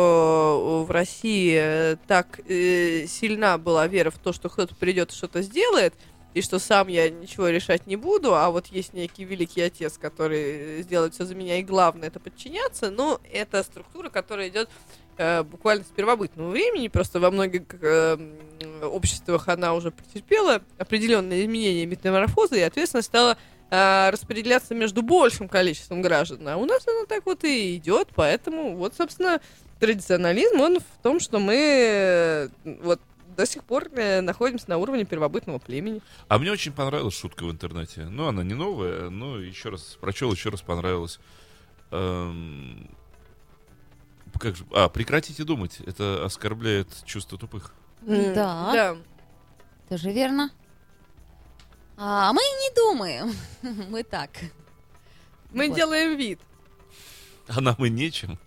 S3: что в России э, так э, сильна была вера в то, что кто-то придет и что-то сделает, и что сам я ничего решать не буду, а вот есть некий великий отец, который э, сделает все за меня, и главное это подчиняться, но это структура, которая идет э, буквально с первобытного времени, просто во многих э, м, обществах она уже претерпела определенные изменения метаморфозы и, ответственно, стала э, распределяться между большим количеством граждан. А у нас она так вот и идет, поэтому вот, собственно, традиционализм, он в том, что мы э, вот до сих пор э, находимся на уровне первобытного племени.
S1: А мне очень понравилась шутка в интернете. Ну, она не новая, но еще раз прочел, еще раз понравилась. Эм, Как же? А, прекратите думать. Это оскорбляет чувство тупых.
S2: М, да.
S3: Да.
S2: Это же верно. А мы не думаем. Мы так.
S3: Мы
S2: Вот.
S3: делаем вид.
S1: А нам и нечем.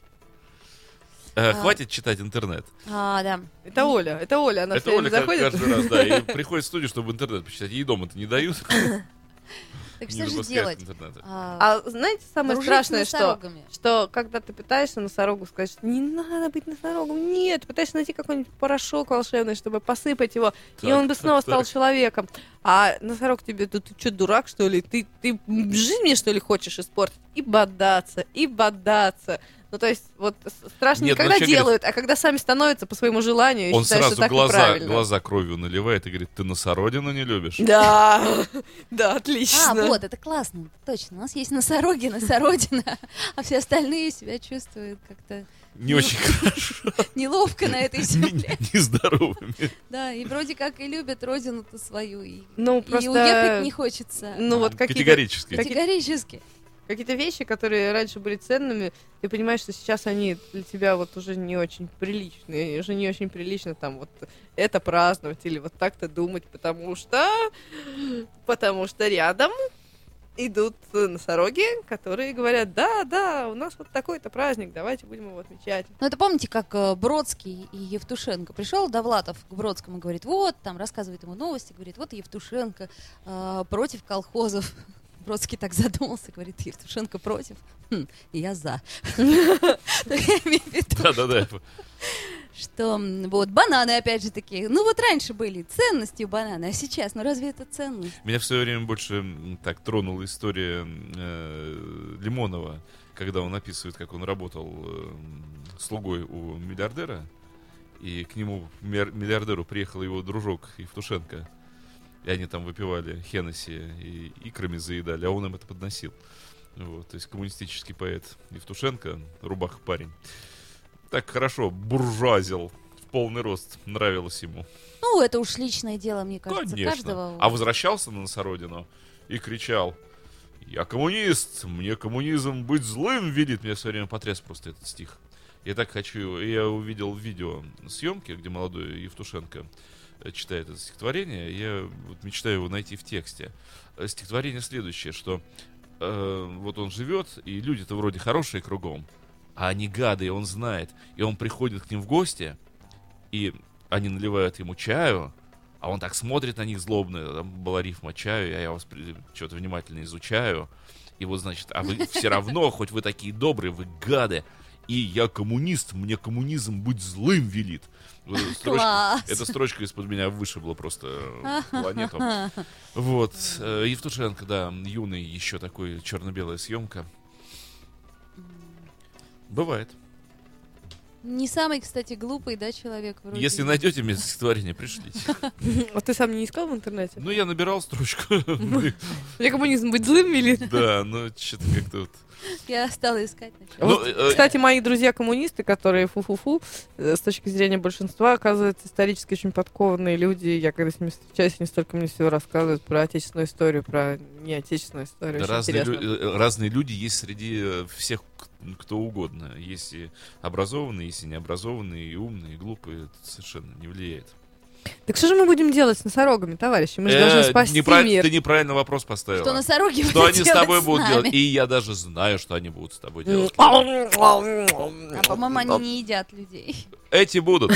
S1: Э,
S2: А.
S1: Хватит читать интернет.
S2: А, да.
S3: Это Оля, это Оля, она
S1: Это
S3: всё
S1: Оля
S3: время
S1: ка-
S3: заходит.
S1: каждый раз, да, и приходит в студию, чтобы интернет почитать. Ей дома-то не дают.
S2: Так
S1: не
S2: что же
S1: допускают
S2: делать?
S1: интернета.
S2: А,
S3: А знаете самое
S2: дружить с
S3: страшное, что
S2: носорогами.
S3: что когда ты пытаешься носорогу сказать, что не надо быть носорогом, нет, пытаешься найти какой-нибудь порошок волшебный, чтобы посыпать его, и
S1: Так,
S3: он бы снова
S1: так,
S3: стал
S1: так.
S3: человеком. А носорог тебе, да ты что, дурак, что ли? Ты, ты жизнь мне, что ли, хочешь испортить? И бодаться, и бодаться. Ну, то есть, вот с- страшно
S1: Нет,
S3: не
S1: ну,
S3: когда
S1: человек
S3: делают, а когда сами становятся по своему желанию и
S1: Он
S3: считают,
S1: сразу
S3: что так
S1: глаза,
S3: неправильно.
S1: глаза кровью наливает и говорит, ты носородину не любишь?
S3: Да, да, отлично.
S2: А, вот, это классно, точно. У нас есть носороги, носородина, а все остальные себя чувствуют как-то
S1: Не очень хорошо,
S2: неловко на этой
S1: не-
S2: земле.
S1: не- нездоровыми.
S2: Да, и вроде как и любят родину-то свою, и,
S3: Ну,
S2: и
S3: просто...
S2: уехать не хочется.
S3: Ну, вот какие-то
S1: А, Категорически.
S3: какие-
S2: Категорически.
S3: какие-то вещи, которые раньше были ценными, ты понимаешь, что сейчас они для тебя вот уже не очень приличные, уже не очень прилично там вот это праздновать или вот так-то думать, потому что, потому что рядом идут э, носороги, которые говорят, да, да, у нас вот такой-то праздник, давайте будем его отмечать.
S2: Ну, это помните, как э, Бродский и Евтушенко. Пришел Довлатов к Бродскому, говорит, вот, там, рассказывает ему новости, говорит, вот Евтушенко э, против колхозов. Бродский так задумался, говорит, Евтушенко против, Хм, я за. Ну, я имею в виду,
S1: Да-да-да.
S2: Что, м, вот, бананы, опять же, такие, ну, вот раньше были ценностью бананы, а сейчас, ну, разве это ценность?
S1: Меня в свое время больше м, так тронула история м, э, Лимонова, когда он описывает, как он работал э, м, слугой у миллиардера, и к нему миллиар- миллиардеру приехал его дружок Евтушенко. И они там выпивали Хеннесси и икрами заедали, а он им это подносил. Вот, то есть коммунистический поэт Евтушенко, рубах парень, так хорошо буржуазил в полный рост, нравилось ему.
S2: Ну, это уж личное дело, мне кажется,
S1: Конечно.
S2: каждого.
S1: А возвращался на носородину и кричал. Я коммунист, мне коммунизм быть злым велит. Меня все время потряс просто этот стих. Я так хочу его. И Я увидел видео съемки, где молодой Евтушенко э, читает это стихотворение. Я вот мечтаю его найти в тексте. Э, Стихотворение следующее, что э, вот он живет, и люди-то вроде хорошие кругом, а они гады, и он знает. И он приходит к ним в гости, и они наливают ему чаю, а он так смотрит на них злобно. Там была рифма чаю, а я вас что-то внимательно изучаю. И вот, значит, а вы все равно, хоть вы такие добрые, вы гады. И я коммунист, мне коммунизм быть злым велит. Вот эта строчка-
S2: Класс.
S1: Эта строчка из-под меня вышибла просто э, планету. Вот, э, Евтушенко, да, юный, еще такой черно-белая съемка. Бывает.
S2: Не самый, кстати, глупый, да, человек вроде.
S1: Если найдете мне стихотворение, пришлите.
S3: А ты сам не искал в интернете?
S1: Ну, я набирал строчку. Ну
S3: Я коммунизм быть злым или...
S1: Да, ну, что-то как-то вот...
S2: Я стала искать. значит.
S1: Ну,
S3: Вот,
S1: э,
S3: Кстати, мои друзья-коммунисты, которые фу-фу-фу, э, с точки зрения большинства, оказываются исторически очень подкованные люди. Я когда с ними встречаюсь, они столько мне всего рассказывают про отечественную историю, про неотечественную историю.
S1: Да
S3: Очень
S1: разные,
S3: интересно.
S1: лю- э, разные люди есть среди э, всех, к- кто угодно. Есть и образованные, есть и необразованные, и умные, и глупые. Это совершенно не влияет.
S3: Так что же мы будем делать с носорогами, товарищи? Мы же
S1: Э,
S3: должны спасти
S1: неправ-
S3: мир.
S1: Ты неправильно вопрос поставила.
S2: Что носороги
S1: Что
S2: будут
S1: они с
S2: делать
S1: тобой будут
S2: нами?
S1: делать? И я даже знаю, что они будут с тобой делать.
S2: А, по-моему, они не едят людей.
S1: Эти будут.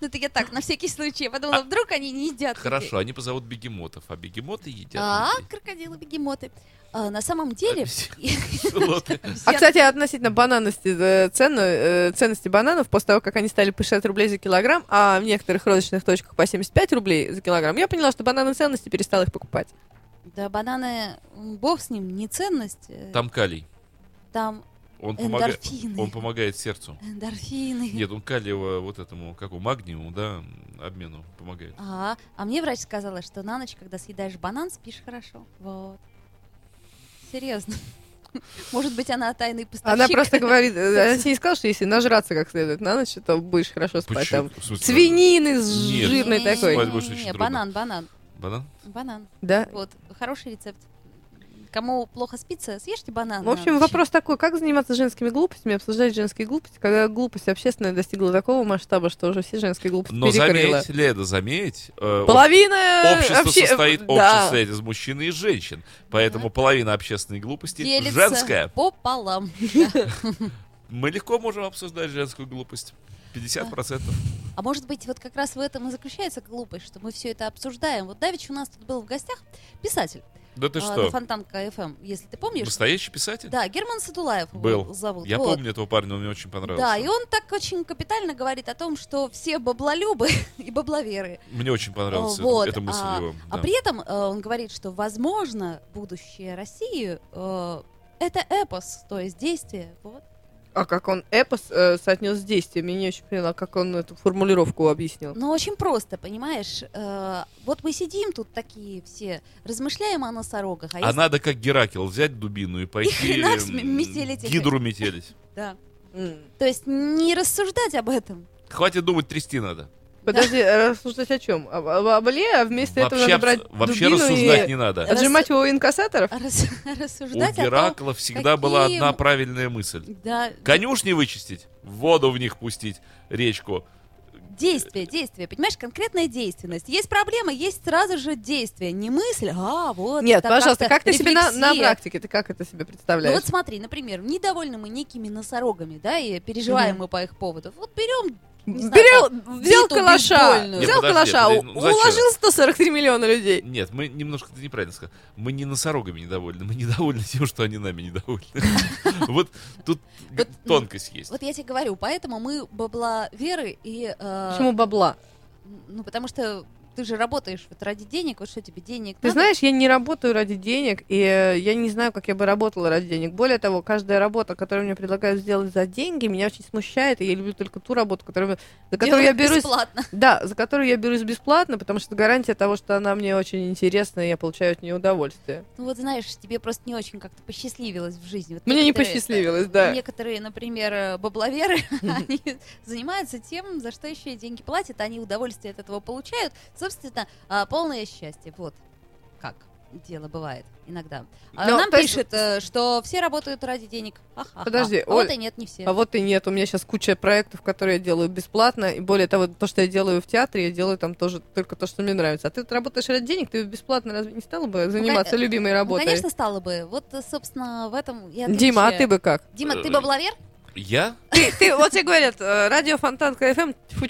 S2: Ну, это я так, на всякий случай. Я подумала, вдруг они не едят людей.
S1: А, Хорошо, они позовут бегемотов, а бегемоты едят.
S2: А, крокодилы-бегемоты. А, на самом деле...
S1: Обезьяны.
S3: А, кстати, относительно бананности, э, цену, э, ценности бананов, после того, как они стали по 60 рублей за килограмм, а в некоторых розничных точках по 75 рублей за килограмм, я поняла, что бананы ценности перестала их покупать.
S2: Да, бананы, м, бог с ним, не ценность. э,
S1: Там калий.
S2: Там
S1: Он помогает.
S2: эндорфины.
S1: Он помогает сердцу.
S2: Эндорфины.
S1: Нет, он калиево вот этому, как у магниеву, да, обмену помогает.
S2: А, а мне врач сказала, что на ночь, когда съедаешь банан, спишь хорошо. Вот. Серьезно. Может быть, она тайный поставщик.
S3: Она просто говорит, э, она тебе не сказала, что если нажраться как следует на ночь, то будешь хорошо спать.
S1: Почему?
S3: Там
S1: В смысле,
S3: свинины с
S1: Нет.
S3: жирной
S2: Не-не-не,
S3: такой.
S1: Спать будешь очень трудно.
S2: банан, банан,
S1: Банан?
S2: банан.
S3: Да.
S2: Вот, хороший рецепт. Кому плохо спится, съешьте банан.
S3: В общем, вопрос такой, как заниматься женскими глупостями, обсуждать женские глупости, когда глупость общественная достигла такого масштаба, что уже все женские глупости
S1: Но
S3: перекрыла.
S1: заметь, Леда, заметь, э,
S3: Половина
S1: общество
S3: обще-
S2: э,
S1: состоит,
S3: Да.
S1: общество состоит из мужчин и женщин, поэтому половина общественной глупости
S2: Делится
S1: женская.
S2: пополам.
S1: Мы легко можем обсуждать женскую глупость. 50%.
S2: А может быть, вот как раз в этом и заключается глупость, что мы все это обсуждаем. Вот Давич у нас тут был в гостях писатель
S1: Да ты
S2: э,
S1: что,
S2: на Фонтанка ФМ, если ты помнишь.
S1: настоящий писатель?
S2: Да, Герман Сатулаев его
S1: Был.
S2: зовут.
S1: Я
S2: Вот.
S1: помню этого парня, он мне очень понравился.
S2: Да, и он так очень капитально говорит о том, что все баблолюбы и бабловеры.
S1: Мне очень понравился
S2: Вот,
S1: эта мысль
S2: а-
S1: его.
S2: А
S1: да.
S2: при этом э, он говорит, что, возможно, будущее России э, это эпос, то есть действие. Вот.
S3: А как он эпос э, соотнес с действиями, я не очень поняла, как он эту формулировку объяснил.
S2: Но очень просто, понимаешь? э, вот мы сидим тут такие все, размышляем о носорогах. А,
S1: А
S2: если-
S1: надо как Геракл взять дубину и пойти
S2: хрена с м-
S1: м,
S2: метелить их.
S1: гидру метелить.
S2: да.
S3: М.
S2: То есть не рассуждать об этом.
S1: Хватит думать, трясти надо.
S3: Подожди, а рассуждать о чем? Об, об орле, а вместо этого
S1: Вообще,
S3: надо брать
S1: абс- вообще
S3: дубину
S1: рассуждать
S3: и
S1: не надо.
S3: отжимать его у инкассаторов?
S2: А рас- Рассуждать
S1: У
S2: о том...
S1: Геракла всегда была
S2: каким-
S1: одна правильная мысль.
S2: Да,
S1: Конюшни вычистить, воду в них пустить, речку.
S2: Действие, действие, понимаешь, конкретная действенность. Есть проблема, есть сразу же действие, не мысль, а вот.
S3: Нет,
S2: это
S3: пожалуйста, как
S2: как-то
S3: ты себе на, на
S2: рефлексия.
S3: практике, ты как это себе
S2: Ну
S3: представляешь?
S2: вот смотри, например, недовольны мы некими носорогами, да, и переживаем
S3: Мгм.
S2: мы по их поводу. Ну Вот берем, не знаю,
S3: Берел- взял
S2: биту
S3: калаша,
S2: бейсбольную.
S3: взял
S1: Не, подожди,
S3: калаша,
S1: подожди, ну
S3: у-
S1: зачем?
S3: уложил 143 миллиона людей.
S1: Нет, мы немножко ты неправильно сказал. Мы не носорогами недовольны, мы недовольны тем, что они нами недовольны. Вот тут г-
S2: Вот, ну,
S1: тонкость есть.
S2: вот я тебе говорю, поэтому мы бабла веры и... э,
S3: Почему бабла?
S2: Ну, потому что ты же работаешь вот ради денег, вот что тебе денег
S3: Ты
S2: надо?
S3: знаешь, я не работаю ради денег, и э, я не знаю, как я бы работала ради денег. Более того, каждая работа, которую мне предлагают сделать за деньги, меня очень смущает, и я люблю только ту работу, которую, за которую я
S2: Делают
S3: берусь.
S2: Бесплатно.
S3: Да, за которую я берусь бесплатно, потому что это гарантия того, что она мне очень интересна, и я получаю от нее удовольствие.
S2: Ну вот знаешь, тебе просто не очень как-то посчастливилось в жизни. Вот
S3: Мне не
S2: некоторые-
S3: посчастливилось, да.
S2: Некоторые, например, э, бабловеры, они занимаются тем, за что еще и деньги платят, они удовольствие от этого получают. Собственно, а, полное счастье. Вот как дело бывает иногда. А
S3: Но,
S2: Нам
S3: Ну, то есть-
S2: пишет, э, что все работают ради денег. Ха-ха-ха.
S3: Подожди,
S2: а вот
S3: Оль,
S2: и нет, не все.
S3: А вот и нет, у меня сейчас куча проектов, которые я делаю бесплатно, и более того, то, что я делаю в театре, я делаю там тоже только то, что мне нравится. А ты работаешь ради денег, ты бесплатно разве не стала бы заниматься
S2: кон-
S3: любимой
S2: Ну,
S3: работой?
S2: конечно, стало бы. Вот, э, собственно, в этом я
S3: Дима, а ты бы как?
S2: Дима, ты бабловер?
S1: Я?
S3: Ты, ты- вот тебе говорят, э, радио Фонтанка FM, фу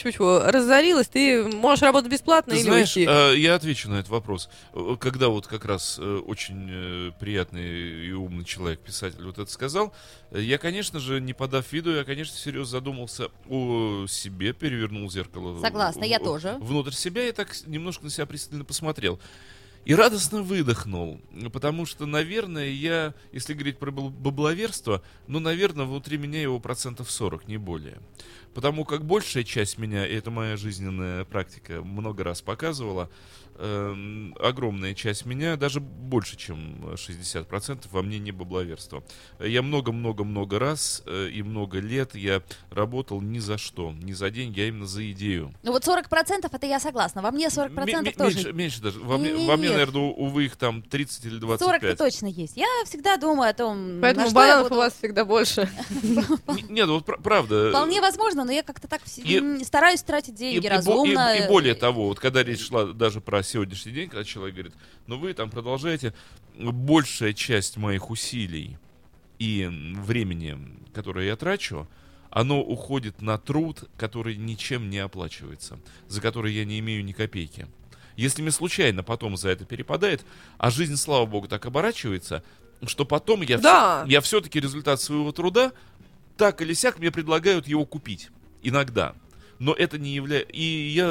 S3: разорилась, ты можешь работать бесплатно
S1: Ты
S3: или
S1: знаешь,
S3: уйти.
S1: э, я отвечу на этот вопрос. Э, Когда вот как раз э, очень э, приятный и умный человек, писатель, вот это сказал, э, я, конечно же, не подав виду, я, конечно, серьезно задумался о себе, перевернул зеркало.
S2: Согласна, я
S1: в-
S2: тоже.
S1: Внутрь себя и так с- немножко на себя пристально посмотрел. И радостно выдохнул, потому что, наверное, я, если говорить про бабл- бабловерство, ну, наверное, внутри меня его процентов 40, не более. Потому как большая часть меня, и это моя жизненная практика много раз показывала, эм, огромная часть меня, даже больше, чем 60% во мне не бабловерство. Я много-много-много раз э, и много лет я работал ни за что, ни за деньги, а именно за идею.
S2: Ну вот 40% это я согласна. Во мне 40%
S1: М- м-
S2: тоже.
S1: меньше, меньше даже. Во мне,
S2: Не-не-не.
S1: во мне, наверное, у- увы, их там 30 или
S2: 40 -то
S1: 25.
S2: точно есть. Я всегда думаю о том, на
S3: Поэтому
S2: что я
S3: бананов
S2: буду-
S3: у вас всегда больше.
S1: Н- Нет, ну вот пр- правда.
S2: Вполне возможно, но я как-то так вс-
S1: И-
S2: м, стараюсь тратить
S1: И,
S2: деньги
S1: и бо- и-
S2: разумно. э,
S1: и более того, вот когда речь шла даже про сегодняшний день, когда человек говорит, ну вы там продолжаете, большая часть моих усилий и времени, которое я трачу, оно уходит на труд, который ничем не оплачивается, за который я не имею ни копейки. Если мне случайно потом за это перепадает, а жизнь, слава богу, так оборачивается, что потом я, вс-
S3: Да.
S1: я все-таки результат своего труда, так или сяк, мне предлагают его купить. Иногда. Но это не является... И я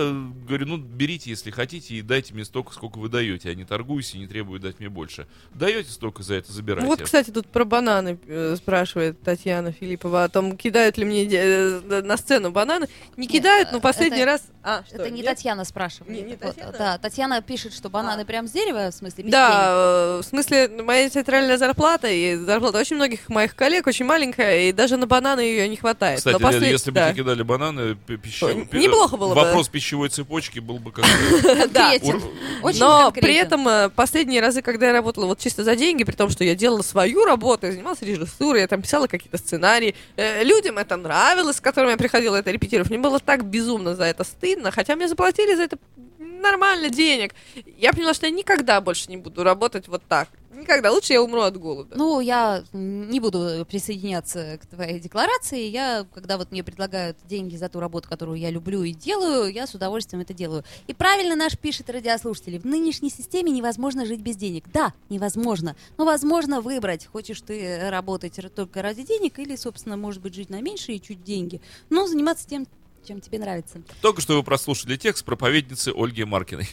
S1: говорю, ну, берите, если хотите, и дайте мне столько, сколько вы даете. Я не торгуюсь и не требую дать мне больше. Даете столько за это, забирайте.
S3: Ну, Вот, кстати, тут про бананы э, спрашивает Татьяна Филиппова о том, кидают ли мне де- э, на сцену бананы. Не
S2: Нет,
S3: кидают, но
S2: э,
S3: последний
S2: это-
S3: раз... А, что,
S2: Это не
S3: нет?
S2: Татьяна спрашивает.
S3: Не- не
S2: Вот, э,
S3: Татьяна?
S2: Да, Татьяна пишет, что бананы прям с дерева, в смысле, без тени.
S3: Да, э, в смысле, моя театральная зарплата и зарплата очень многих моих коллег очень маленькая, и даже на бананы ее не хватает.
S1: Кстати,
S3: Но
S1: Лена,
S3: послед-
S1: если бы
S3: да.
S1: не кидали бананы, пе- пища-
S3: Ой,
S1: пе-
S3: неплохо было бы.
S1: Вопрос пищевой цепочки был бы как бы
S3: Да.
S2: Конкретен.
S1: ур-
S2: Очень
S3: Но
S2: конкретен.
S3: при этом э, последние разы, когда я работала вот чисто за деньги, при том, что я делала свою работу, я занималась режиссурой, я там писала какие-то сценарии, э, людям это нравилось, с которыми я приходила это репетировать, мне было так безумно за это стыдно, хотя мне заплатили за это нормально денег. Я поняла, что я никогда больше не буду работать вот так. Никогда. Лучше я умру от голода.
S2: Ну, я не буду присоединяться к твоей декларации. Я, когда вот мне предлагают деньги за ту работу, которую я люблю и делаю, я с удовольствием это делаю. И правильно наш пишет радиослушатели. В нынешней системе невозможно жить без денег. Да, невозможно. Но возможно выбрать, хочешь ты работать р- только ради денег или, собственно, может быть, жить на меньше и чуть деньги. Но заниматься тем, чем тебе нравится.
S1: Только что вы прослушали текст проповедницы Ольги Маркиной.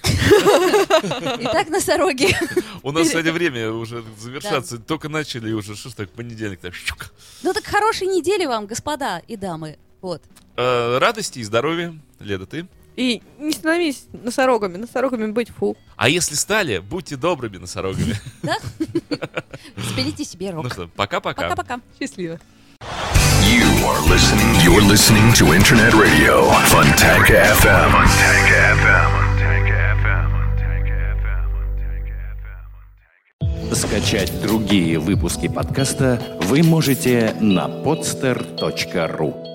S2: Итак, носороги.
S1: У нас, кстати, время уже завершаться. Только начали и уже, что ж так, понедельник. так, щук.
S2: Ну так хорошей недели вам, господа и дамы. Вот.
S1: Э, Радости и здоровья. Леда, ты?
S3: И не становись носорогами. Носорогами быть фу.
S1: А если стали, будьте добрыми носорогами.
S2: Спилите себе
S1: Ну
S2: рок.
S1: что, пока-пока.
S2: Пока-пока.
S3: Счастливо.
S4: You are listening. You're listening to Internet Radio. Funtank FM. Funtank FM.
S5: Скачать другие выпуски подкаста вы можете на podster.ru.